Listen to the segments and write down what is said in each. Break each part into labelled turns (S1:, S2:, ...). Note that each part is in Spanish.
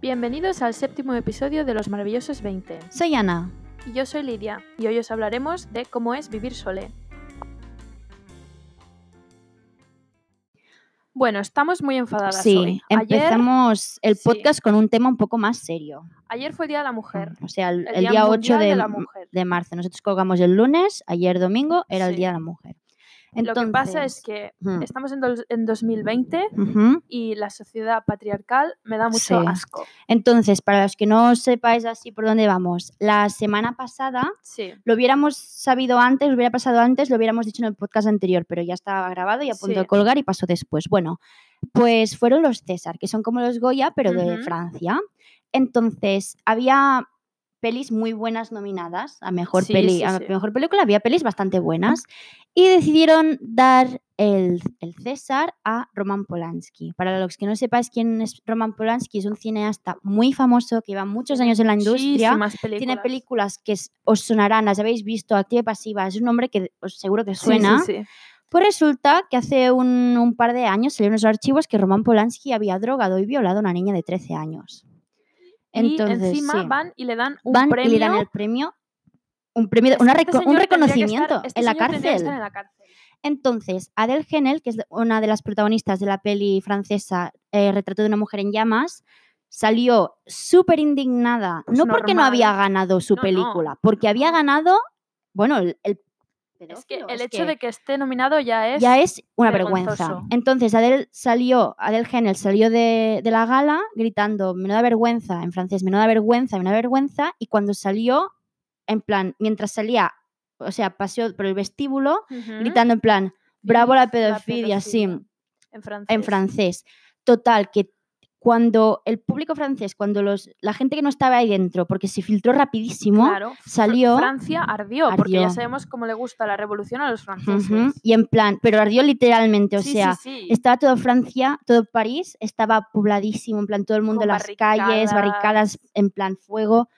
S1: Bienvenidos al séptimo episodio de Los Maravillosos 20.
S2: Soy Ana.
S1: Y yo soy Lidia, y hoy os hablaremos de cómo es vivir sole. Bueno, estamos muy enfadadas hoy.
S2: Sí,
S1: Ayer,
S2: empezamos el
S1: sí.
S2: podcast con un tema un poco más serio.
S1: ayer fue Día de la Mujer.
S2: O sea, el,
S1: El
S2: el
S1: Día
S2: día, 8
S1: Mundial
S2: de,
S1: de la Mujer.
S2: de marzo. Nosotros colgamos el lunes, ayer domingo era el
S1: Sí.
S2: Día de la Mujer.
S1: Lo que pasa es este. que
S2: Mm.
S1: estamos en, dos- en 2020
S2: Ujú.
S1: y la sociedad patriarcal me da mucho
S2: Sí.
S1: asco.
S2: Entonces, para los que no sepáis así por dónde vamos, la semana pasada
S1: Sí.
S2: lo hubiéramos sabido antes, lo hubiera pasado antes, lo hubiéramos dicho en el podcast anterior, pero ya estaba grabado y a punto
S1: Sí.
S2: de colgar y pasó después. Bueno, pues fueron los César, que son como los Goya, pero de
S1: Ujú.
S2: Francia. Entonces, había pelis muy buenas nominadas a mejor
S1: Sí,
S2: peli,
S1: sí,
S2: a
S1: sí.
S2: mejor película, había pelis bastante buenas y decidieron dar el, el César a Roman Polanski. Para los que no sepáis quién es Roman Polanski, es un cineasta muy famoso que lleva muchos años en la industria.
S1: Muchísimas películas.
S2: Tiene películas que es- os sonarán, las habéis visto, activa y pasiva, es un nombre que os seguro que
S1: Sí,
S2: suena.
S1: sí, sí.
S2: Pues resulta que hace un, un par de años salieron los archivos que Roman Polanski había drogado y violado a una niña de 13 años.
S1: y
S2: Entonces,
S1: encima
S2: sí,
S1: van y le dan un
S2: van
S1: premio.
S2: y le dan el premio, un premio, de-
S1: Es que
S2: una
S1: este
S2: reco- un
S1: señor tendría que estar-
S2: reconocimiento
S1: este
S2: en la
S1: señor tendría que estar
S2: cárcel.
S1: en la cárcel.
S2: Entonces, Adele Genel, que es la- una de las protagonistas de la peli francesa eh, Retrato de una mujer en llamas, salió súper indignada,
S1: Pues
S2: no porque no
S1: normal.
S2: había ganado su
S1: No, no,
S2: película, porque había ganado, bueno, el... el
S1: Es que
S2: pedófilo,
S1: el
S2: es
S1: hecho
S2: que
S1: de que esté nominado ya es.
S2: ya es una vergüenza.
S1: vergonzoso.
S2: Entonces, Adele salió, Adele Genel salió de, de la gala gritando, menuda vergüenza, en francés, menuda vergüenza, menuda vergüenza, y cuando salió, en plan, mientras salía, o sea, paseó por el vestíbulo,
S1: Ujú.
S2: gritando en plan, bravo la
S1: Vive la
S2: pedofilia, sí,
S1: pedofilia. En francés.
S2: en francés. Total, que cuando el público francés, cuando los, la gente que no estaba ahí dentro, porque se filtró rapidísimo,
S1: Claro. Fr-
S2: salió-
S1: Francia ardió, porque ya
S2: ardió.
S1: sabemos cómo le gusta la revolución a los
S2: ujú,
S1: franceses.
S2: y en plan, pero ardió literalmente, o
S1: Sí, sí,
S2: sea,
S1: sí.
S2: estaba todo Francia, todo París, estaba pobladísimo, en plan, todo el mundo
S1: Con
S2: en las calles, barricadas, en plan, fuego.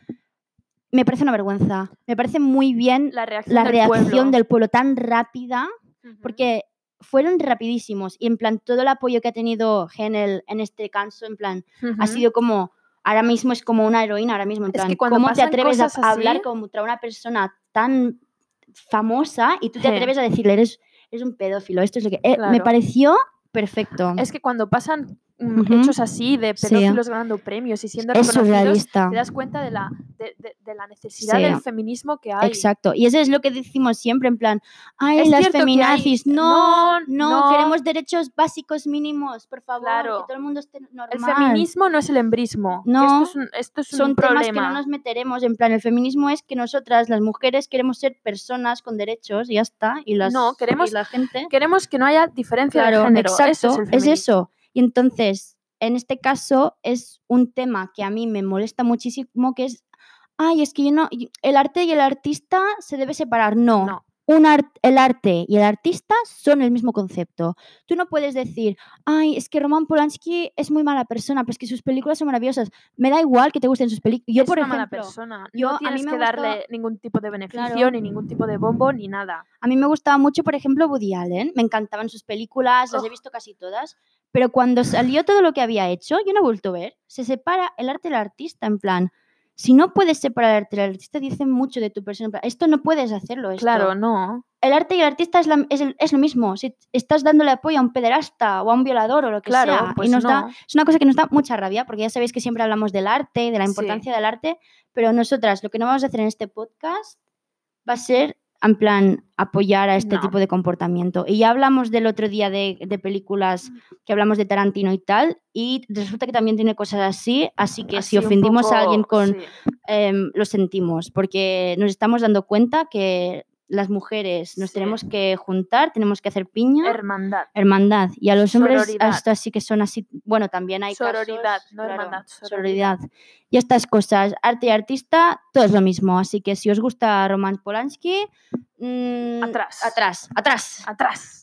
S2: Me parece una vergüenza. Me parece muy bien
S1: La reacción,
S2: la
S1: del
S2: reacción
S1: pueblo.
S2: del pueblo tan rápida.
S1: Ujú.
S2: porque fueron rapidísimos y en plan todo el apoyo que ha tenido Genel en este caso en plan
S1: Ujú.
S2: ha sido como ahora mismo es como una heroína ahora mismo en
S1: Es que
S2: plan
S1: cuando
S2: cómo te
S1: pasan
S2: atreves a
S1: cosas
S2: a hablar
S1: así-
S2: contra una persona tan famosa y tú te
S1: Je.
S2: atreves a decirle eres eres un pedófilo esto es lo que Eh, me
S1: Claro.
S2: pareció perfecto
S1: Es que cuando pasan mm,
S2: Ujú.
S1: hechos así de
S2: Sí.
S1: pedófilos ganando premios y siendo
S2: es
S1: reconocidos,
S2: surrealista
S1: te das cuenta de la, de, de- de la necesidad
S2: Sí.
S1: del feminismo que hay.
S2: Exacto, y eso es lo que decimos siempre, en plan, ay,
S1: Es
S2: las
S1: cierto que hay-
S2: feminazis,
S1: no,
S2: no, no,
S1: no".
S2: queremos derechos básicos mínimos, por favor,
S1: Claro.
S2: que todo el mundo esté normal.
S1: El feminismo no es el embrismo. que
S2: No,
S1: esto es un, esto es un
S2: son
S1: problema.
S2: temas que no nos meteremos. En plan, el feminismo es que nosotras, las mujeres, queremos ser personas con derechos y ya está. Y las
S1: No, queremos
S2: y la gente.
S1: Queremos que no haya diferencia de
S2: Claro,
S1: género.
S2: exacto,
S1: Eso es, el
S2: es
S1: feminismo.
S2: eso. Y entonces, en este caso, es un tema que a mí me molesta muchísimo, que es, ay, es que yo no, y- el arte y el artista se debe separar. No.
S1: No.
S2: Un ar- el arte y el artista son el mismo concepto. Tú no puedes decir, ay, es que Roman Polanski es muy mala persona, pero es que sus películas son maravillosas. Me da igual que te gusten sus películas. Yo,
S1: es
S2: por
S1: una mala
S2: ejemplo,
S1: persona.
S2: yo- a
S1: no
S2: mí
S1: tienes
S2: me
S1: que
S2: gustaba-
S1: darle ningún tipo de beneficio,
S2: Claro.
S1: ni ningún tipo de bombo, ni nada.
S2: A mí me gustaba mucho, por ejemplo, Woody Allen. Me encantaban sus películas, las
S1: Oh.
S2: he visto casi todas. Pero cuando salió todo lo que había hecho, yo no he vuelto a ver. Se separa el arte del artista, en plan. Si no puedes separar el arte del artista, dice mucho de tu persona. en plan, Esto no puedes hacerlo. esto".
S1: Claro, no.
S2: El arte y el artista es, la- es el- es lo mismo. Si estás dándole apoyo a un pederasta o a un violador o lo que
S1: Claro,
S2: sea.
S1: pues
S2: y nos da-
S1: no.
S2: es una cosa que nos da mucha rabia, porque ya sabéis que siempre hablamos del arte, de la
S1: Sí.
S2: importancia del arte, pero nosotras lo que no vamos a hacer en este podcast va a ser, en plan, apoyar a este
S1: No.
S2: tipo de comportamiento. Y ya hablamos del otro día de, de películas
S1: Mm.
S2: que hablamos de Tarantino y tal, y resulta que también tiene cosas así, así que
S1: Así
S2: si
S1: un
S2: ofendimos
S1: poco-
S2: a alguien con,
S1: sí.
S2: em, lo sentimos, porque nos estamos dando cuenta que las mujeres nos
S1: Sí.
S2: tenemos que juntar, tenemos que hacer piña.
S1: hermandad.
S2: Hermandad. Y a los hombres
S1: Sororidad.
S2: hasta sí que son así. Bueno, también hay
S1: Sororidad,
S2: casos,
S1: no hermandad, sororidad.
S2: sororidad. Y estas cosas, arte y artista, todo es lo mismo. Así que si os gusta Roman Polanski, mm,
S1: Atrás.
S2: atrás, atrás.
S1: Atrás.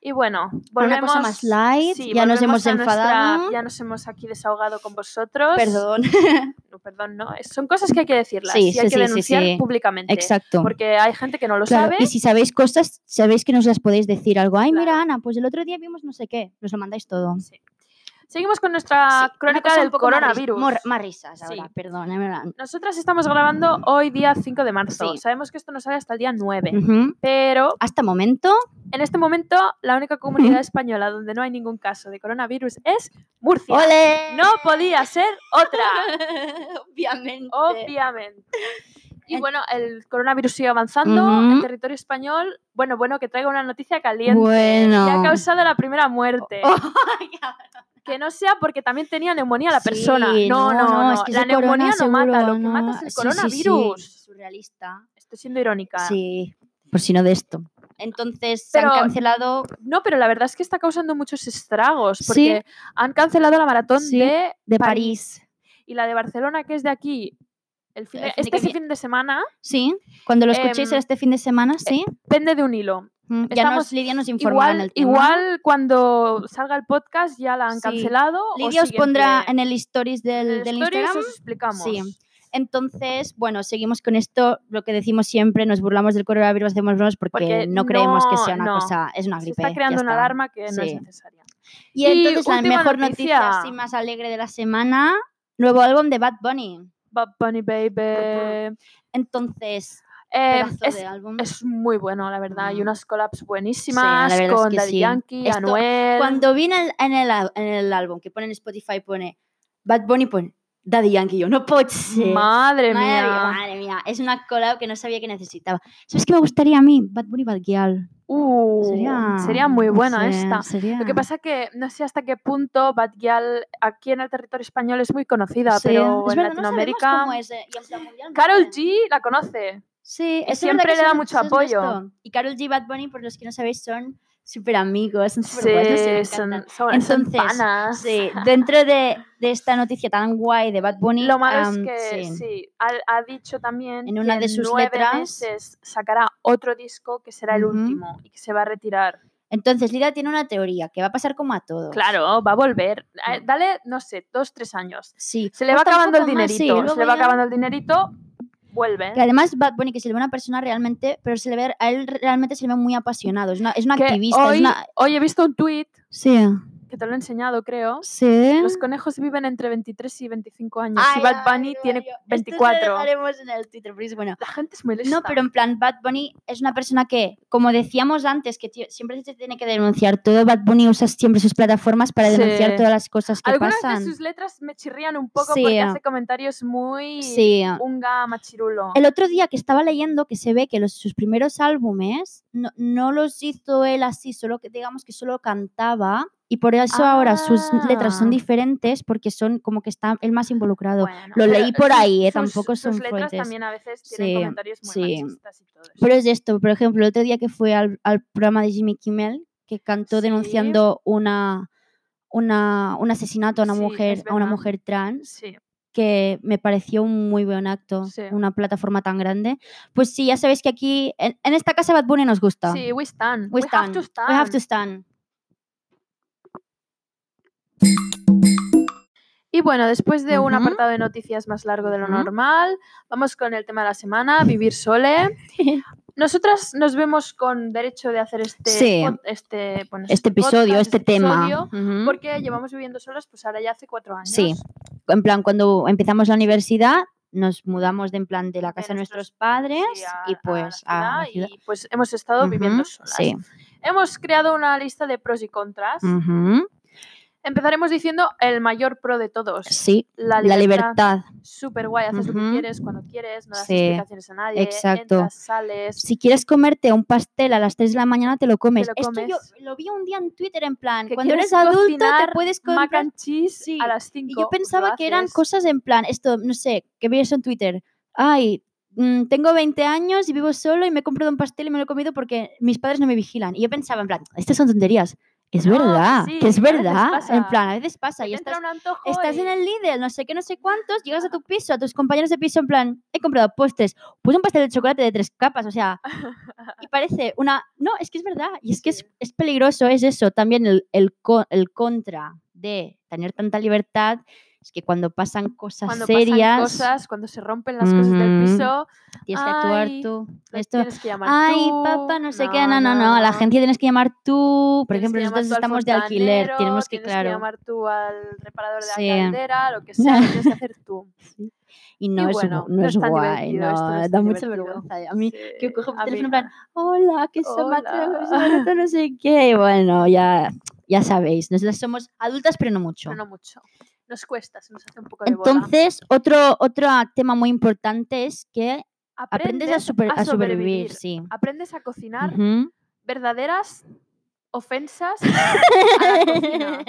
S1: Y bueno,
S2: Por
S1: volvemos.
S2: una cosa más light,
S1: sí,
S2: ya nos
S1: volvemos
S2: hemos
S1: a nuestra-
S2: enfadado.
S1: ya nos hemos aquí desahogado con vosotros.
S2: Perdón.
S1: No, perdón, no. es- Son cosas que hay que decirlas
S2: Sí,
S1: y hay
S2: sí,
S1: que
S2: sí, sí,
S1: denunciar
S2: sí.
S1: públicamente.
S2: Exacto.
S1: Porque hay gente que no lo
S2: Claro,
S1: sabe.
S2: Y si sabéis cosas, sabéis que nos las podéis decir algo. Ay,
S1: Claro.
S2: mira, Ana, pues el otro día vimos no sé qué. Nos lo mandáis todo.
S1: Sí. Seguimos con nuestra
S2: Sí, una
S1: Ah, crónica
S2: cosa
S1: del
S2: un poco más ris-
S1: coronavirus.
S2: mor- Más risas
S1: Sí.
S2: ahora, perdóname. la-
S1: Nosotras estamos grabando hoy día 5 de marzo.
S2: Mm. Sí. Mm.
S1: Sabemos que esto no sale hasta el día 9.
S2: Ujú.
S1: Pero
S2: Hasta momento,
S1: en este momento la única comunidad española donde no hay ningún caso de coronavirus es Murcia.
S2: ¡ole!
S1: No podía ser otra,
S2: Obviamente.
S1: obviamente. Y
S2: En-
S1: bueno, el coronavirus sigue avanzando en
S2: Ujú.
S1: territorio español. Bueno, bueno, que traiga una noticia caliente.
S2: Bueno. Oh,
S1: Que ha causado la primera muerte. Que no sea porque también tenía neumonía la
S2: Sí,
S1: persona. No, no, no.
S2: es que
S1: la
S2: ese corona
S1: neumonía no mata,
S2: seguro,
S1: lo que mata es el
S2: Sí, sí, sí,
S1: coronavirus.
S2: Surrealista.
S1: Estoy siendo irónica.
S2: Sí, por si no de esto. Entonces, se han
S1: Pero-
S2: cancelado
S1: No, pero la verdad es que está causando muchos estragos
S2: Sí.
S1: porque han cancelado la maratón
S2: Sí,
S1: de,
S2: de París. Eh,
S1: y la de Barcelona, que es de aquí. El fin
S2: El
S1: de-
S2: fin de
S1: este
S2: que vi-
S1: fin de semana
S2: Sí, cuando lo escuchéis
S1: Em,
S2: este fin de semana, sí.
S1: pende de un hilo.
S2: Mm, ya
S1: estamos-
S2: nos, Lidia nos informará en
S1: Igual,
S2: el tema.
S1: igual cuando salga el podcast ya la han
S2: Sí.
S1: cancelado. o
S2: Lidia os
S1: siguen
S2: pondrá
S1: que-
S2: en el stories del,
S1: en el
S2: del
S1: stories
S2: Instagram.
S1: os explicamos.
S2: Sí. Entonces, bueno, seguimos con esto. Lo que decimos siempre, nos burlamos del coronavirus, hacemos bromas porque,
S1: Porque
S2: no creemos que sea una
S1: no, no.
S2: cosa, es una
S1: Se
S2: gripe.
S1: está
S2: ya
S1: creando una
S2: está.
S1: alarma que no es
S2: Sí.
S1: necesaria.
S2: Y,
S1: Y
S2: entonces la
S1: última
S2: mejor noticia,
S1: noticia.
S2: así más alegre de la semana, nuevo álbum de Bad Bunny.
S1: Bad Bunny Baby.
S2: Entonces,
S1: Eh,
S2: pedazo
S1: es,
S2: de álbum.
S1: es muy bueno, la verdad. Hay
S2: Mm.
S1: unas collabs buenísimas
S2: verdad es
S1: con
S2: que
S1: Daddy
S2: sí.
S1: Yankee,
S2: Esto-
S1: Anuel.
S2: Cuando vi en el, en el al- en el álbum que pone en Spotify, pone Bad Bunny, pone Daddy Yankee. Yo, no puede ser.
S1: Madre
S2: Madre mía,
S1: mía.
S2: madre mía. Es una collab que no sabía que necesitaba. ¿Sabes qué me gustaría a mí? Bad Bunny Bad Gyal.
S1: Uh, sería, muy
S2: no
S1: buena
S2: sé,
S1: esta.
S2: sería-
S1: Lo que pasa que no sé hasta qué punto Bad Gyal aquí en el territorio español es muy conocida,
S2: Sí,
S1: pero
S2: es
S1: en
S2: verdad, no sabemos
S1: Latinoamérica.
S2: cómo es, eh, y hasta mundial no
S1: Carol
S2: sé.
S1: G la conoce.
S2: Sí,
S1: que
S2: es verdad
S1: siempre
S2: que
S1: le da
S2: son-
S1: mucho
S2: son de
S1: apoyo.
S2: esto. Y Carol G y Bad Bunny, por los que no sabéis, son súper amigos. Son súper guays, no sé, me
S1: Sí,
S2: encantan.
S1: son, son, son
S2: Entonces,
S1: panas.
S2: Sí, dentro de, de esta noticia tan guay de Bad Bunny.
S1: Lo malo
S2: am,
S1: es que sí,
S2: sí.
S1: ha, ha dicho también
S2: En una
S1: que
S2: de sus
S1: nueve
S2: letras-
S1: meses sacará otro disco que será el
S2: Ujú.
S1: último y que se va a retirar.
S2: Entonces, Lida tiene una teoría que va a pasar como a todos.
S1: Claro, va a volver. Eh,
S2: Mm.
S1: Dale, no sé, dos, tres años.
S2: Sí.
S1: Se le va
S2: Hasta un
S1: acabando el
S2: poco más, sí,
S1: dinerito. se
S2: luego
S1: le va
S2: ya-
S1: acabando el dinerito, vuelve.
S2: Que además Bad Bunny, que se le ve una persona realmente, pero se le ve, a él realmente se le ve muy apasionado. Es una, es una
S1: Que
S2: activista.
S1: hoy,
S2: es una...
S1: hoy he visto un tuit
S2: Sí,
S1: que te lo he enseñado, creo.
S2: sí.
S1: Los conejos viven entre 23 y 25 años
S2: Ay,
S1: y Bad
S2: ay,
S1: Bunny
S2: ay,
S1: tiene
S2: ay, esto lo
S1: 24.
S2: dejaremos en el Twitter, pero es bueno.
S1: La gente es muy lista.
S2: No, pero en plan, Bad Bunny es una persona que, como decíamos antes, que tío- siempre se tiene que denunciar todo. Bad Bunny usa siempre sus plataformas para
S1: Sí.
S2: denunciar todas las cosas que
S1: Algunas
S2: pasan.
S1: de sus letras me chirrían un poco
S2: Sí. ah.
S1: porque hace comentarios muy
S2: Sí.
S1: unga machirulo.
S2: Ah. El otro día que estaba leyendo que se ve que los, sus primeros álbumes no, no los hizo él así, solo que digamos que solo cantaba y por eso ahora sus letras
S1: Ah.
S2: son diferentes porque son como que está él más involucrado.
S1: Bueno,
S2: lo
S1: pero
S2: leí por ahí, eh,
S1: sus-
S2: tampoco son
S1: sus letras
S2: fuentes.
S1: también a veces tienen
S2: Sí,
S1: comentarios muy
S2: sí.
S1: machistas y todo eso.
S2: Pero es esto, por ejemplo, el otro día que fue al, al programa de Jimmy Kimmel, que cantó
S1: Sí.
S2: denunciando una, una, un asesinato a una
S1: Sí, es
S2: mujer, a una
S1: verdad.
S2: mujer trans,
S1: Sí,
S2: que me pareció un muy buen acto,
S1: Sí.
S2: una plataforma tan grande. Pues sí, ya sabéis que aquí, en, en esta casa Bad Bunny nos gusta.
S1: sí, we stand.
S2: We,
S1: have
S2: stand.
S1: to stand.
S2: We have to stand.
S1: Y bueno, después de un
S2: Ujú.
S1: apartado de noticias más largo de lo
S2: Ujú.
S1: normal, vamos con el tema de la semana, vivir sole. Nosotras nos vemos con derecho de hacer este,
S2: Sí.
S1: pod- este, bueno,
S2: Este episodio,
S1: podcast,
S2: este, tema.
S1: episodio,
S2: Ujú.
S1: Porque llevamos viviendo solas, pues ahora ya hace cuatro años.
S2: Sí. En plan, cuando empezamos la universidad, nos mudamos de en plan de la
S1: De
S2: casa de
S1: nuestros-
S2: nuestros padres
S1: Sí, a-
S2: y pues a la
S1: ciudad
S2: ciudad.
S1: y pues hemos estado viviendo
S2: Ujú,
S1: solas.
S2: Sí.
S1: Hemos creado una lista de pros y contras.
S2: Ujú,
S1: Empezaremos diciendo el mayor pro de todos.
S2: Sí.
S1: La
S2: La
S1: libertad.
S2: libertad.
S1: Súper guay, haces lo que
S2: Ujú.
S1: quieres, cuando quieres, no das
S2: Sí,
S1: explicaciones a nadie.
S2: exacto.
S1: Entras, sales.
S2: Si quieres comerte un pastel a las 3 de la mañana, te lo comes.
S1: lo
S2: Esto yo
S1: comes.
S2: lo vi un día en Twitter en plan,
S1: Que
S2: cuando
S1: quieres
S2: eres adulto
S1: cocinar
S2: te puedes
S1: Mac
S2: comprar
S1: and cheese
S2: Sí,
S1: a las 5.
S2: Y yo pensaba que eran cosas en plan, esto, no sé, que veías en Twitter. Ay, mm, tengo 20 años y vivo solo y me he comprado un pastel y me lo he comido porque mis padres no me vigilan. Y yo pensaba en plan, estas son tonterías. Es
S1: No, que
S2: verdad,
S1: sí,
S2: que
S1: que
S2: es
S1: a veces
S2: verdad. En
S1: pasa.
S2: plan, a veces pasa.
S1: Te
S2: Y
S1: entra
S2: estás,
S1: un antojo
S2: estás
S1: y-
S2: en el Lidl, no sé qué, no sé cuántos, llegas a tu piso, a tus compañeros de piso, en plan, he comprado postres, pues un pastel de chocolate de tres capas, o sea,
S1: Ah,
S2: y parece una... No, es que es verdad, y es que es,
S1: Sí.
S2: es peligroso, es eso, también el, el, co- el contra de tener tanta libertad Es que cuando pasan cosas
S1: Cuando
S2: serias,
S1: pasan cosas, cuando se rompen las cosas del
S2: Ujú.
S1: piso,
S2: tienes que actuar
S1: "Ay,
S2: tú.
S1: la
S2: Esto,
S1: tienes que llamar
S2: ay,
S1: tú".
S2: papá, no sé qué, no, no, no, a la agencia tienes que llamar tú. Por
S1: Tienes que
S2: ejemplo,
S1: llamar
S2: nosotros
S1: tú al
S2: estamos de alquiler,
S1: fontanero,
S2: tenemos que,
S1: tienes
S2: claro,
S1: llamar tú al reparador de
S2: Sí.
S1: la caldera, lo que sea, lo tienes que hacer tú.
S2: y no
S1: y
S2: es, gu-
S1: bueno,
S2: no
S1: no
S2: es
S1: es tan
S2: guay,
S1: divertido, esto
S2: no,
S1: no es
S2: da
S1: tan
S2: mucha
S1: divertido.
S2: vergüenza. A mí que
S1: Sí,
S2: cojo mi
S1: a mí
S2: teléfono en plan,
S1: no.
S2: hola, que se me ha
S1: Hola.
S2: atravesado, no sé qué. Y bueno, ya, ya sabéis, nosotras somos adultas, pero no mucho.
S1: Pero no mucho. Nos cuesta, se nos hace un poco de bola.
S2: Entonces, otro, otro tema muy importante es que aprendes, a, super- a sobrevivir, sí.
S1: Aprendes a cocinar
S2: Ujú.
S1: verdaderas ofensas a la cocina.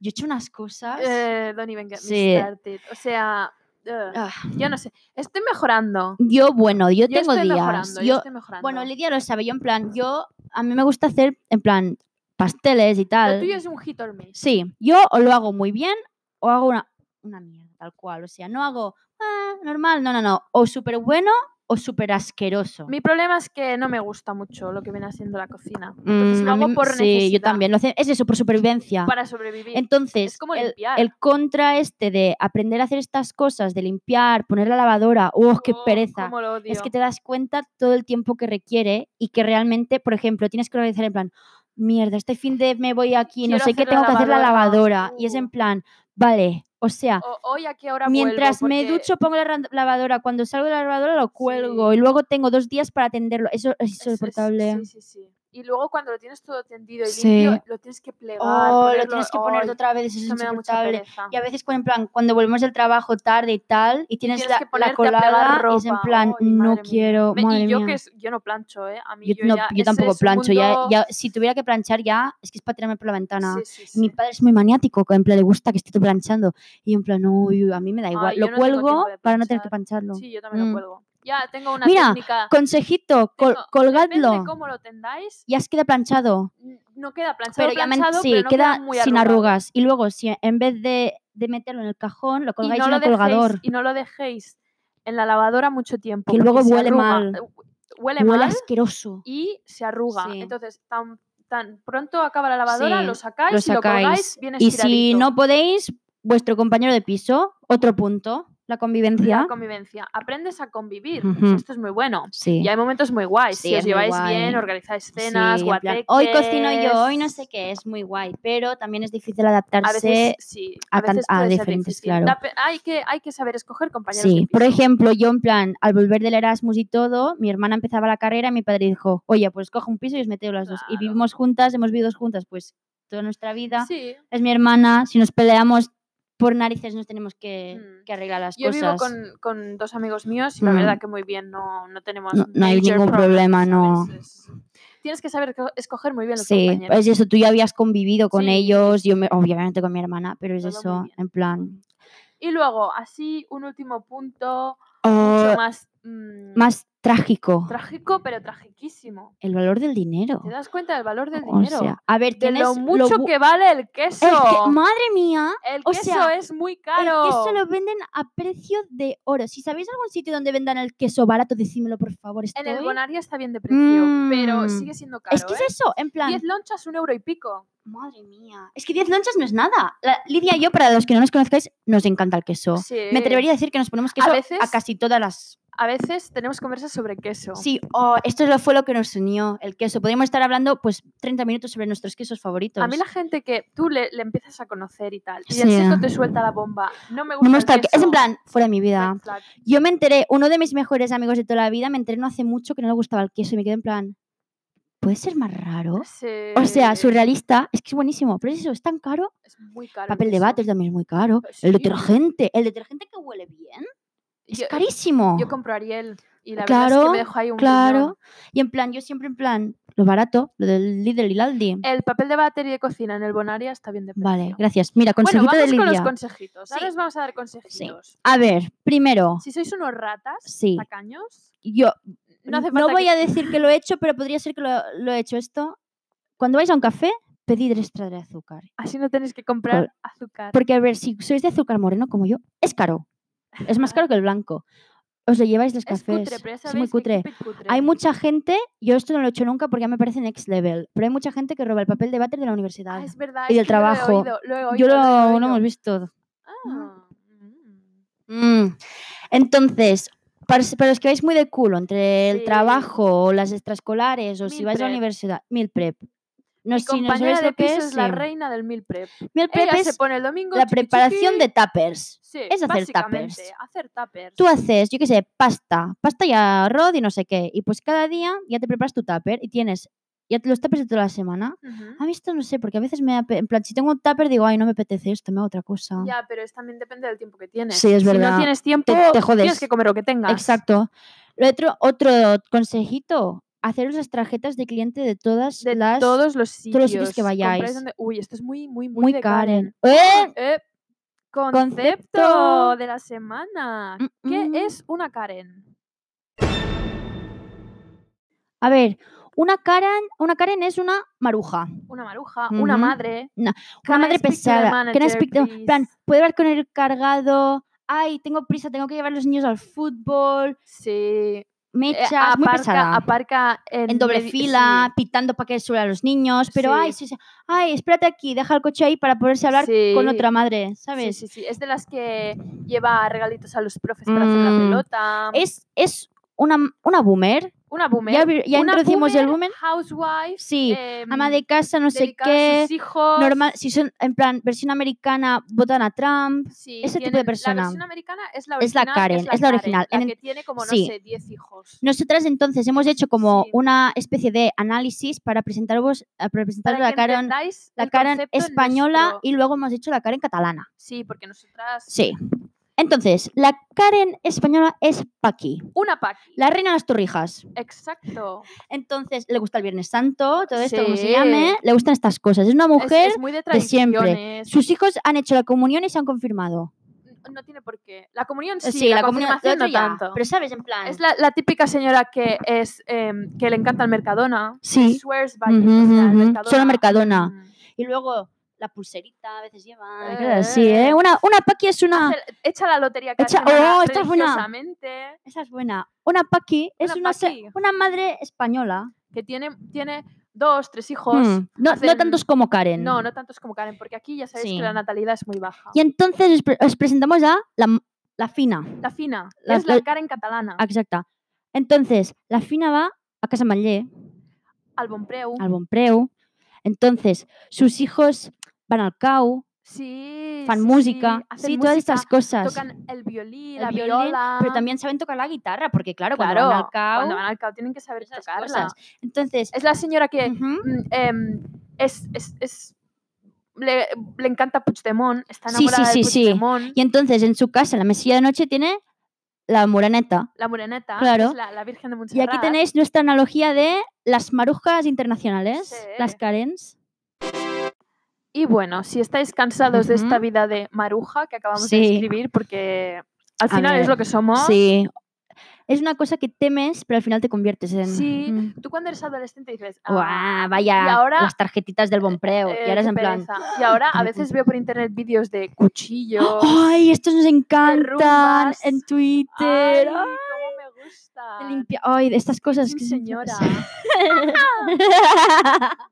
S2: Yo he hecho unas cosas.
S1: Eh, don't even get
S2: Sí.
S1: me started. O sea, eh,
S2: Ah,
S1: yo no sé. Estoy mejorando.
S2: Yo, bueno, yo,
S1: yo
S2: tengo
S1: estoy
S2: días.
S1: mejorando. Yo,
S2: Yo,
S1: estoy mejorando.
S2: bueno, Lidia lo sabe, yo en plan, yo, a mí me gusta hacer, en plan, pasteles y tal.
S1: Lo tuyo es un hit or miss.
S2: Sí, yo o lo hago muy bien o hago una, una mierda, tal cual. O sea, no hago "Ah, normal, no, no, no. O súper bueno o súper asqueroso.
S1: Mi problema es que no me gusta mucho lo que viene haciendo la cocina.
S2: Mm,
S1: Entonces lo
S2: a mí
S1: hago
S2: m-
S1: por
S2: sí,
S1: necesidad.
S2: yo también. Lo hace- es eso, por supervivencia.
S1: Para sobrevivir.
S2: Entonces,
S1: es como
S2: el,
S1: limpiar.
S2: el contra este de aprender a hacer estas cosas, de limpiar, poner la lavadora, ¡oh, qué
S1: Oh,
S2: pereza!
S1: cómo lo odio.
S2: Es que te das cuenta todo el tiempo que requiere y que realmente, por ejemplo, tienes que organizar en plan, mierda, este fin de me voy aquí, no
S1: Quiero
S2: sé qué,
S1: hacer la
S2: tengo que hacer la
S1: lavadora,
S2: lavadora. Y es en
S1: uh.
S2: plan, vale, o sea,
S1: O- hoy a qué hora
S2: Ah. mientras
S1: vuelvo,
S2: me
S1: porque
S2: ducho pongo la ra- lavadora, cuando salgo de la lavadora lo cuelgo
S1: Sí.
S2: y luego tengo dos días para atenderlo. Eso es
S1: es- es-
S2: insoportable.
S1: sí, sí, sí. Y luego cuando lo tienes todo tendido y
S2: Sí.
S1: limpio, lo tienes que plegar.
S2: Oh, lo
S1: ponerlo-
S2: tienes que poner
S1: ay,
S2: otra vez, eso es
S1: eso me da mucha
S2: insoportable.
S1: pereza.
S2: Y a veces, con- en plan, cuando volvemos del trabajo tarde y tal, y tienes,
S1: tienes
S2: la,
S1: que
S2: la
S1: ponerte a plegar
S2: colada, y es en
S1: ropa.
S2: plan,
S1: Ay,
S2: no
S1: madre mía.
S2: quiero,
S1: Me-
S2: madre
S1: y yo
S2: mía.
S1: que es- yo no plancho, ¿eh? A mí
S2: yo,
S1: yo,
S2: no-
S1: ya-
S2: yo
S1: ese
S2: tampoco
S1: es
S2: plancho, ya,
S1: mundo-
S2: ya- si tuviera que planchar ya, es que es para tirarme por la ventana.
S1: Sí, sí,
S2: Y Mi
S1: sí.
S2: padre es muy maniático, que en plan le gusta que esté tú planchando. Y yo en plan, uy, a mí me da igual.
S1: Mm. Ay,
S2: lo
S1: yo no tengo tiempo
S2: cuelgo
S1: de
S2: para no
S1: planchar.
S2: tener que plancharlo.
S1: Sí, yo también
S2: Mm.
S1: lo cuelgo. Ya tengo una
S2: Mira,
S1: técnica.
S2: Consejito, col-
S1: Tengo- Depende
S2: colgadlo.
S1: cómo lo tendáis,
S2: Ya os queda planchado.
S1: n- no queda planchado,
S2: Pero ya men-
S1: planchado,
S2: sí,
S1: pero no
S2: queda,
S1: muy
S2: sin
S1: arrugado.
S2: arrugas. Y luego, si en vez de, de meterlo en el cajón, lo
S1: y
S2: colgáis
S1: no,
S2: en
S1: lo
S2: el
S1: dejéis,
S2: colgador.
S1: y no lo dejéis en la lavadora mucho tiempo.
S2: Que
S1: porque
S2: luego
S1: se
S2: huele
S1: arruga,
S2: mal.
S1: eh, hu- Huele,
S2: Huele
S1: mal
S2: asqueroso.
S1: y se arruga.
S2: Sí.
S1: Entonces, tan, tan pronto acaba la lavadora,
S2: Sí,
S1: lo sacáis,
S2: Lo
S1: y lo
S2: sacáis.
S1: colgáis, bien
S2: y si
S1: estiradito.
S2: no podéis, vuestro compañero de piso, otro punto, la convivencia.
S1: La convivencia. Aprendes a convivir.
S2: Ujú.
S1: O sea, esto es muy bueno.
S2: sí.
S1: Y hay momentos muy guays.
S2: Sí,
S1: si
S2: es
S1: os
S2: muy
S1: lleváis
S2: guay.
S1: bien, organizáis cenas,
S2: Sí, en plan,
S1: guateques...
S2: hoy cocino yo, hoy no sé qué, es muy guay, pero también es difícil adaptarse.
S1: A veces sí, a,
S2: a tan-
S1: veces
S2: a
S1: puede ser
S2: diferentes,
S1: difícil.
S2: claro.
S1: Da pe- hay, que, hay que saber escoger compañeros. de
S2: Sí, por
S1: piso.
S2: ejemplo, yo en plan, al volver del Erasmus y todo, mi hermana empezaba la carrera y mi padre dijo, oye, pues coge un piso y os meteo las dos. Y
S1: Claro.
S2: vivimos juntas, hemos vivido juntas, pues toda nuestra vida.
S1: Sí.
S2: Es mi hermana, si nos peleamos por narices nos tenemos que,
S1: Mm.
S2: eh, que arreglar las
S1: Yo
S2: cosas.
S1: vivo con, con dos amigos míos y la
S2: Mm.
S1: verdad que muy bien, no, no tenemos
S2: No- no hay
S1: major
S2: ningún problema, no.
S1: ¿sabes? Es- Tienes que saber co- escoger muy bien los
S2: Sí,
S1: compañeros.
S2: pues eso, tú ya habías convivido con
S1: Sí,
S2: ellos, yo me- obviamente con mi hermana, pero es
S1: Todo muy
S2: eso,
S1: bien.
S2: en plan...
S1: Y luego, así, un último punto
S2: "Oh,
S1: mucho más, mm,
S2: más trágico,
S1: trágico, pero tragiquísimo.
S2: el valor del dinero.
S1: ¿Te das cuenta del valor del
S2: O
S1: dinero?
S2: sea, a ver,
S1: de
S2: tienes
S1: lo mucho
S2: bu-
S1: que vale el queso.
S2: el
S1: El,
S2: que- madre mía, o
S1: queso
S2: sea,
S1: es muy
S2: el
S1: caro.
S2: queso lo venden a precio de oro. Si sabéis algún sitio donde vendan el queso barato, decímelo por favor. Estoy...
S1: En el Bonaria está bien de precio, pero
S2: Mm.
S1: sigue siendo caro.
S2: es que es
S1: ¿eh?
S2: eso, en plan,
S1: 10 lonchas, un euro y pico.
S2: madre mía, es que 10 lonchas no es nada. La- Lidia y yo, para los que no nos conozcáis, nos encanta el queso.
S1: Sí.
S2: Me atrevería a decir que nos ponemos queso a,
S1: veces-
S2: casi todas las.
S1: A veces tenemos conversas sobre queso.
S2: Sí, oh, esto es lo- fue lo que nos unió, el queso. Podríamos estar hablando pues 30 minutos sobre nuestros quesos favoritos.
S1: A mí la gente que tú le, le empiezas a conocer y tal, y
S2: Sí.
S1: el chico te suelta la bomba. No me gusta.
S2: No me
S1: el
S2: gusta el que- Es en
S1: queso".
S2: plan, fuera de mi vida.
S1: Red flag.
S2: Yo me enteré, uno de mis mejores amigos de toda la vida, me enteré no hace mucho que no le gustaba el queso y me quedé en plan, ¿puede ser más raro? O sea,
S1: Sí,
S2: surrealista, es que es buenísimo, pero es eso, es tan caro.
S1: Es muy caro. el
S2: Papel de
S1: queso.
S2: váter también es muy caro.
S1: Pues
S2: El
S1: sí.
S2: detergente, el detergente que huele bien, es
S1: Yo,
S2: carísimo.
S1: yo compro Ariel y la verdad es
S2: Claro,
S1: que me dejo ahí un riñón.
S2: Claro. Y en plan, yo siempre en plan, lo barato, lo del Lidl y el Aldi.
S1: El papel de batería de cocina en el Bonaria está bien de precio.
S2: Vale, gracias. Mira,
S1: Bueno,
S2: consejito
S1: vamos
S2: de
S1: con los
S2: Lidia.
S1: consejitos.
S2: Sí.
S1: Ahora os vamos a dar consejitos.
S2: A ver, primero,
S1: Si sois unos ratas,
S2: Sí.
S1: tacaños,
S2: yo
S1: no hace
S2: no
S1: falta
S2: voy
S1: que-
S2: a decir que lo he hecho, pero podría ser que lo, lo he hecho esto. Cuando vais a un café, pedid extra de azúcar.
S1: Así no tenéis que comprar
S2: Col-
S1: azúcar.
S2: Porque, a ver, si sois de azúcar moreno como yo, es caro. Es más caro que el blanco. Os lo lleváis los
S1: Es
S2: cafés.
S1: cutre, pero ya
S2: es
S1: sabéis
S2: muy
S1: que
S2: cutre.
S1: Keep It cutre.
S2: Hay mucha gente, yo esto no lo he hecho nunca porque ya me parece next level, pero hay mucha gente que roba el papel de váter de la
S1: Ah,
S2: universidad.
S1: es verdad.
S2: y
S1: es que
S2: del
S1: yo lo he
S2: trabajo.
S1: oído, lo he
S2: yo
S1: oído,
S2: lo,
S1: lo he
S2: lo
S1: oído.
S2: hemos visto.
S1: Ah. mm.
S2: Mm. Entonces, para, s- para los que vais muy de culo entre el
S1: Sí.
S2: trabajo o las extraescolares o si
S1: Meal
S2: vais a la
S1: prep.
S2: universidad, mil prep. No,
S1: Mi
S2: si no
S1: compañera
S2: sabéis
S1: de
S2: lo que
S1: piso
S2: es,
S1: es, la
S2: sí.
S1: reina del meal prep.
S2: Meal prep
S1: Ella se
S2: es
S1: pone el domingo.
S2: la
S1: chiqui,
S2: preparación
S1: chiqui.
S2: de tuppers.
S1: Sí,
S2: es hacer
S1: básicamente,
S2: tuppers.
S1: Hacer tuppers.
S2: Tú haces, yo qué sé, pasta, pasta y arroz y no sé qué. Y pues cada día ya te preparas tu tupper y tienes ya los tuppers de toda la semana.
S1: Ujú.
S2: A mí esto no sé, porque a veces me da pe- En plan, si tengo un tupper digo, ay, no me apetece esto, me hago otra cosa.
S1: Ya, pero es también depende del tiempo que tienes.
S2: Sí, es
S1: Si
S2: verdad.
S1: no tienes tiempo,
S2: te jodes.
S1: tienes que comer lo que tengas.
S2: Exacto. Lo otro, otro consejito, haceros las tarjetas de cliente de todas
S1: De
S2: las...
S1: todos los sitios.
S2: todos los sitios que
S1: compráis
S2: vayáis.
S1: donde- Uy, esto es muy, muy, muy,
S2: muy
S1: de
S2: Karen.
S1: Karen.
S2: ¡Eh!
S1: Eh,
S2: Concepto.
S1: Concepto de la semana.
S2: Mm, mm.
S1: ¿Qué es una Karen?
S2: A ver, una Karen, una Karen es una maruja.
S1: Una maruja, una
S2: Ujú.
S1: madre.
S2: No,
S1: Can I
S2: una madre
S1: speak to the
S2: pesada. que no
S1: manager,
S2: speak to- en plan,
S1: please?
S2: puedo hablar con el cargado. Ay, tengo prisa, tengo que llevar a los niños al fútbol.
S1: Sí.
S2: Me
S1: Eh,
S2: echas, muy pesada.
S1: aparca en,
S2: en doble
S1: medi-
S2: fila,
S1: sí,
S2: pitando para que suban a los niños. Pero, ay,
S1: Sí.
S2: sí, sí, ay, espérate aquí, deja el coche ahí para poderse hablar con
S1: Sí.
S2: otra madre,
S1: sí,
S2: ¿sabes?
S1: Sí, sí, Es de las que lleva regalitos a los profes para hacer la
S2: Mm.
S1: pelota.
S2: Es, es una, una boomer.
S1: una boomer.
S2: Ya, vi- ya
S1: Una
S2: introducimos el boomer.
S1: Housewife.
S2: Sí, ama
S1: em,
S2: de casa, no sé
S1: dedicada a
S2: qué.
S1: sus hijos.
S2: Normal, si son en plan versión americana, votan a Trump.
S1: Sí,
S2: ese tipo de
S1: tienen-
S2: persona.
S1: La versión americana es la
S2: Es la
S1: original.
S2: Karen, es la original.
S1: La
S2: En-
S1: que tiene como, no
S2: sí.
S1: sé, 10 hijos.
S2: Nosotras entonces hemos hecho como
S1: Sí.
S2: una especie de análisis para presentaros, a presentaros la
S1: que
S2: Karen,
S1: entendáis
S2: la
S1: el
S2: Karen
S1: concepto
S2: española
S1: nuestro.
S2: y luego hemos hecho la Karen catalana.
S1: Sí, porque nosotras...
S2: Sí. Entonces, la Karen española es Paqui,
S1: Una Paqui.
S2: la reina de las torrijas.
S1: Exacto.
S2: Entonces, le gusta el Viernes Santo, todo esto como se
S1: Sí.
S2: llame, le gustan estas cosas. Es una
S1: Es-
S2: mujer,
S1: es, muy de
S2: de siempre.
S1: tradiciones.
S2: sus hijos han hecho la comunión y se han confirmado.
S1: No tiene por qué. La comunión sí,
S2: Eh,
S1: la,
S2: comunión- lo
S1: confirmación
S2: otro
S1: no
S2: ya,
S1: tanto.
S2: Pero sabes, en plan...
S1: Es la, la típica señora que es em, que le encanta el Mercadona.
S2: Sí.
S1: Swears by it,
S2: Ujú,
S1: o sea, el
S2: ujú. Solo Mercadona.
S1: mm.
S2: Y luego la pulserita a veces lleva, y
S1: Eh,
S2: cosas así, ¿eh?
S1: eh.
S2: Una, una Paqui es una...
S1: Hace- Echa la lotería cada
S2: Echa-
S1: semana
S2: ¡Oh, esta es buena!
S1: religiosamente,
S2: Esa es buena. Una Paqui es
S1: Una
S2: una, se-
S1: Paqui.
S2: una madre española.
S1: Que tiene, tiene dos, tres hijos.
S2: Hmm, No, no
S1: hacen-
S2: tantos como Karen.
S1: No, no tantos como Karen, porque aquí ya sabéis
S2: Sí.
S1: que la natalidad es muy baja.
S2: Y entonces os, pre- os presentamos a la, m- la fina.
S1: La fina,
S2: La-
S1: es la
S2: la-
S1: Karen catalana.
S2: Ah, Exacta. Entonces, la fina va a Casa Manllé,
S1: Al Bonpreu.
S2: al Bonpreu. Entonces, sus hijos van al cau,
S1: Sí.
S2: fan
S1: sí,
S2: música.
S1: sí, hacen
S2: Sí, todas
S1: música,
S2: estas cosas.
S1: Tocan el violín,
S2: El
S1: la
S2: violín,
S1: viola.
S2: Pero también saben tocar la guitarra, porque claro,
S1: claro,
S2: cuando van al cau...
S1: cuando van al cabo tienen que saber
S2: esas
S1: tocarla.
S2: cosas. Entonces,
S1: Es la señora que
S2: ujú,
S1: mm, em, es, es, es- le, le encanta Puigdemont, está
S2: Sí, sí,
S1: enamorada
S2: sí,
S1: de
S2: sí.
S1: Puigdemont,
S2: y entonces en su casa, en la mesilla de noche, tiene la moraneta.
S1: la moreneta, que
S2: Claro.
S1: es la, la Virgen de
S2: Y
S1: Montserrat.
S2: aquí tenéis nuestra analogía de las marujas internacionales, las
S1: Sí.
S2: Karens.
S1: Y bueno, si estáis cansados de esta
S2: Ujú.
S1: vida de maruja que acabamos de
S2: Sí.
S1: escribir, porque al
S2: A
S1: final es
S2: ver,
S1: lo que somos.
S2: Sí. Es una cosa que temes, pero al final te conviertes en...
S1: Sí.
S2: Mm.
S1: Tú cuando eres adolescente dices,
S2: Guau,
S1: "Ah,
S2: vaya,
S1: y ahora,
S2: las tarjetitas del bompreo.
S1: eh,
S2: y ahora es
S1: qué
S2: en plan...
S1: pereza". Y ahora a veces veo por internet vídeos de cuchillos.
S2: ¡Ay, estos nos encantan!
S1: rumbas.
S2: En
S1: ¡Ay,
S2: Twitter. ¡Ay,
S1: cómo me gusta!
S2: de limpia- ay, de estas cosas
S1: Sin
S2: que...
S1: señora.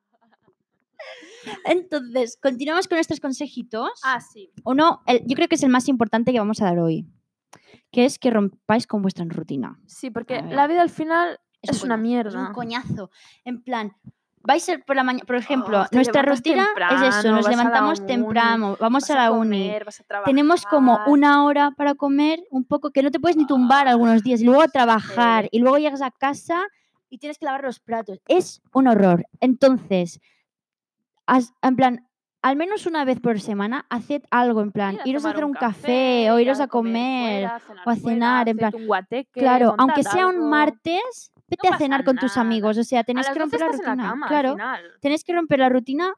S2: Entonces, continuamos con nuestros consejitos.
S1: Ah, sí.
S2: Uno, el- yo creo que es el más importante que vamos a dar hoy, que es que rompáis con vuestra rutina.
S1: Sí, porque
S2: A ver.
S1: la vida al final es,
S2: un
S1: una
S2: coñazo, Es
S1: mierda.
S2: un coñazo. En plan, vais a- por la mañana, por ejemplo,
S1: Oh, te
S2: nuestra
S1: levantas
S2: rutina es eso,
S1: temprano, vas
S2: nos
S1: a la
S2: levantamos
S1: uni,
S2: temprano, vamos
S1: Vas
S2: a la uni.
S1: comer, vas a trabajar. Ah,
S2: Tenemos como una hora para comer, un poco que no te puedes ni tumbar algunos días, y luego a trabajar, y luego llegas a casa y tienes que lavar los platos. Es un horror. Entonces, haz- en plan, al menos una vez por semana, haced algo, en plan,
S1: Ir
S2: iros a
S1: tomar
S2: hacer un café, o
S1: ir
S2: iros a comer.
S1: fuera,
S2: o a
S1: fuera,
S2: cenar,
S1: haced
S2: en plan,
S1: un guateque,
S2: Claro, aunque
S1: montad
S2: sea
S1: algo.
S2: un martes, vete a
S1: pasa
S2: cenar con tus
S1: nada.
S2: amigos, o sea, tenéis
S1: a las
S2: que
S1: 12
S2: romper la
S1: estás
S2: rutina.
S1: En la cama, al
S2: claro
S1: final.
S2: tenéis que romper la rutina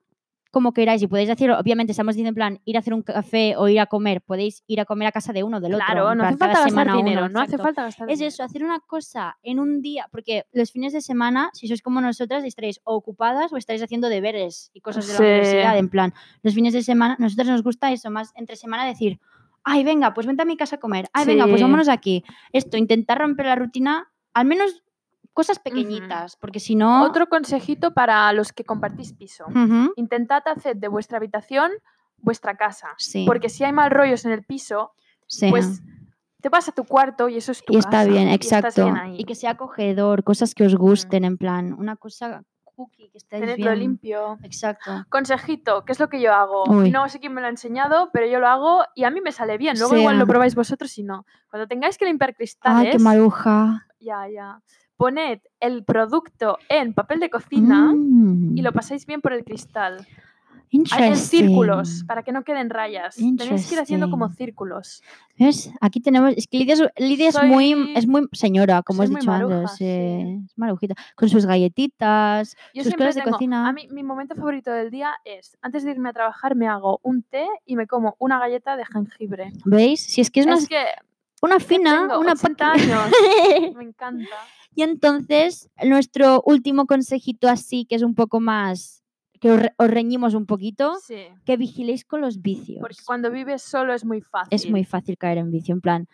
S2: como queráis y podéis decir, obviamente estamos diciendo en plan ir a hacer un café o ir a comer, podéis ir a comer a casa de uno o del otro.
S1: Claro,
S2: en
S1: no
S2: plan,
S1: hace
S2: cada
S1: falta gastar
S2: semana uno,
S1: dinero, no hace
S2: exacto.
S1: falta gastar
S2: Es
S1: dinero.
S2: eso, hacer una cosa en un día, porque los fines de semana, si sois como nosotras, estaréis o ocupadas o estaréis haciendo deberes y cosas de
S1: Sí.
S2: la universidad, en plan, los fines de semana, nosotras nos gusta eso, más entre semana decir, ay, venga, pues vente a mi casa a comer, ay, venga, pues
S1: Sí.
S2: vámonos aquí. Esto, intentar romper la rutina, al menos cosas pequeñitas, porque si no... Mm.
S1: Otro consejito para los que compartís piso.
S2: Ujú.
S1: Intentad hacer de vuestra habitación vuestra casa.
S2: Sí,
S1: Porque si hay mal rollos en el piso,
S2: sí.
S1: pues te vas a tu cuarto y eso es tu
S2: y
S1: casa.
S2: está bien,
S1: y estás
S2: exacto.
S1: bien ahí.
S2: Y que sea acogedor, cosas que os gusten, en plan, una cosa cookie, que estéis
S1: Tenedlo
S2: bien.
S1: limpio.
S2: Exacto.
S1: Consejito, ¿qué es lo que yo hago?
S2: Uy.
S1: No sé quién me lo ha enseñado, pero yo lo hago y a mí me sale bien. Luego
S2: Sí.
S1: igual lo probáis vosotros y no. Cuando tengáis que limpiar cristales,
S2: Ay, qué maruja.
S1: ya, ya. Poned el producto en papel de cocina
S2: Mm,
S1: y lo pasáis bien por el cristal. Ah, En círculos, para que no queden rayas. Tenéis que ir haciendo como
S2: Interesting.
S1: círculos.
S2: ¿Ves? Aquí tenemos. Es que Lidia es, Lidia es
S1: Soy-
S2: muy, es muy señora, como
S1: soy
S2: has
S1: muy
S2: dicho
S1: maruja,
S2: antes.
S1: sí.
S2: eh, Es marujita. Con sus galletitas.
S1: Yo
S2: Sus
S1: siempre
S2: cosas de
S1: tengo-
S2: cocina.
S1: A mí, mi momento favorito del día es, antes de irme a trabajar, me hago un té y me como una galleta de jengibre.
S2: ¿Veis? Si es que es una,
S1: que
S2: una fina,
S1: tengo
S2: una
S1: 80
S2: pequeña-
S1: años. Me encanta.
S2: Y entonces, nuestro último consejito así, que es un poco más. que os, re- os reñimos un poquito,
S1: Sí.
S2: que vigiléis con los vicios.
S1: Porque cuando vives solo es muy fácil.
S2: Es muy fácil caer en vicio, en plan.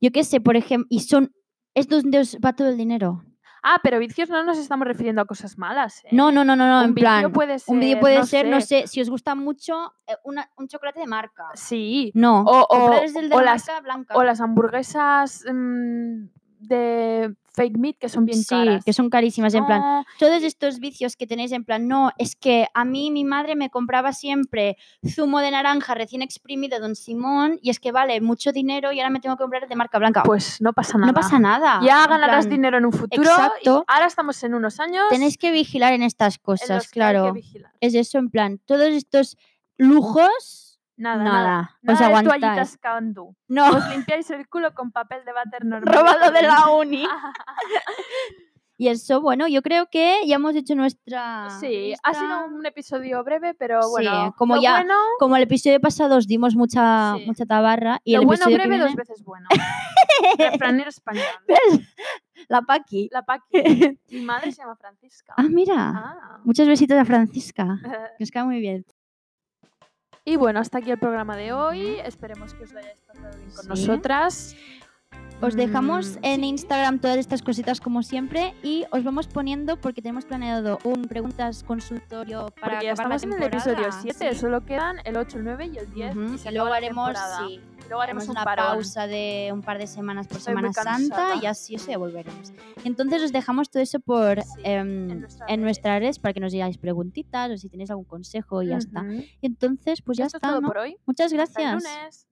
S2: Yo qué sé, por ejemplo, y son. Es donde os va todo el dinero.
S1: Ah, pero vicios no nos estamos refiriendo a cosas malas. ¿eh?
S2: No, no, no, no, no,
S1: un
S2: en
S1: vicio
S2: plan.
S1: puede ser,
S2: Un vídeo puede ser,
S1: sé.
S2: no sé, si os gusta mucho eh, una- un chocolate de marca.
S1: Sí.
S2: No.
S1: O, o-
S2: compraros el de
S1: o
S2: la
S1: las,
S2: marca blanca.
S1: o las hamburguesas mm, de fake meat que son bien
S2: sí,
S1: caras. Ah.
S2: que son carísimas, en plan.
S1: No,
S2: Todos estos vicios que tenéis, en plan, no, es que a mí mi madre me compraba siempre zumo de naranja recién exprimido Don Simón y es que vale mucho dinero y ahora me tengo que comprar el de marca blanca.
S1: Pues no pasa nada.
S2: no pasa nada.
S1: Ya
S2: en
S1: ganarás
S2: plan,
S1: dinero en un futuro. y
S2: exacto.
S1: ahora estamos en unos años.
S2: Tenéis que vigilar en estas
S1: en
S2: cosas,
S1: los que hay que
S2: claro.
S1: vigilar.
S2: es eso, en plan, todos estos lujos,
S1: Nada,
S2: nada,
S1: nada.
S2: os
S1: Nada de
S2: aguantáis.
S1: toallitas candú.
S2: No.
S1: Os limpiáis el culo con papel de váter normal.
S2: robado de la uni. Y eso, bueno, yo creo que ya hemos hecho nuestra.
S1: Sí, ha sido
S2: lista.
S1: un episodio breve, pero
S2: Ah, Sí,
S1: bueno.
S2: como
S1: lo
S2: ya-
S1: bueno,
S2: Como el episodio pasado os dimos mucha,
S1: Sí.
S2: mucha tabarra. Y
S1: lo
S2: el
S1: bueno
S2: episodio
S1: breve,
S2: que
S1: dos
S2: viene-
S1: veces bueno. Refranero español.
S2: La Paqui.
S1: La Paqui. Mi madre se llama Francisca.
S2: Ah, mira.
S1: Ah.
S2: Muchos besitos a Francisca. Que os cae muy bien.
S1: Y bueno, hasta aquí el programa de hoy. Esperemos que os lo hayáis pasado bien con
S2: Sí.
S1: nosotras.
S2: Os dejamos
S1: Mm,
S2: en
S1: sí.
S2: Instagram todas estas cositas como siempre y os vamos poniendo porque tenemos planeado un preguntas consultorio para
S1: Porque ya
S2: acabar la
S1: estamos en el episodio
S2: temporada,
S1: 7,
S2: sí.
S1: solo quedan el 8, el 9 y el 10.
S2: Ujú,
S1: y, se
S2: Y luego
S1: acaba la
S2: haremos,
S1: temporada.
S2: sí,
S1: Y luego haremos
S2: haremos
S1: un
S2: una
S1: parón.
S2: pausa de un par de semanas por
S1: Estoy muy
S2: Semana Santa
S1: cansada.
S2: y así os devolveremos. Entonces os dejamos todo eso por
S1: Sí,
S2: em,
S1: en nuestras
S2: en nuestras redes para que nos digáis preguntitas o si tenéis algún consejo y ya está.
S1: Ujú.
S2: Y entonces, pues ya
S1: Esto es
S2: está.
S1: todo
S2: ¿no?
S1: por hoy.
S2: Muchas
S1: Hasta el
S2: gracias.
S1: lunes.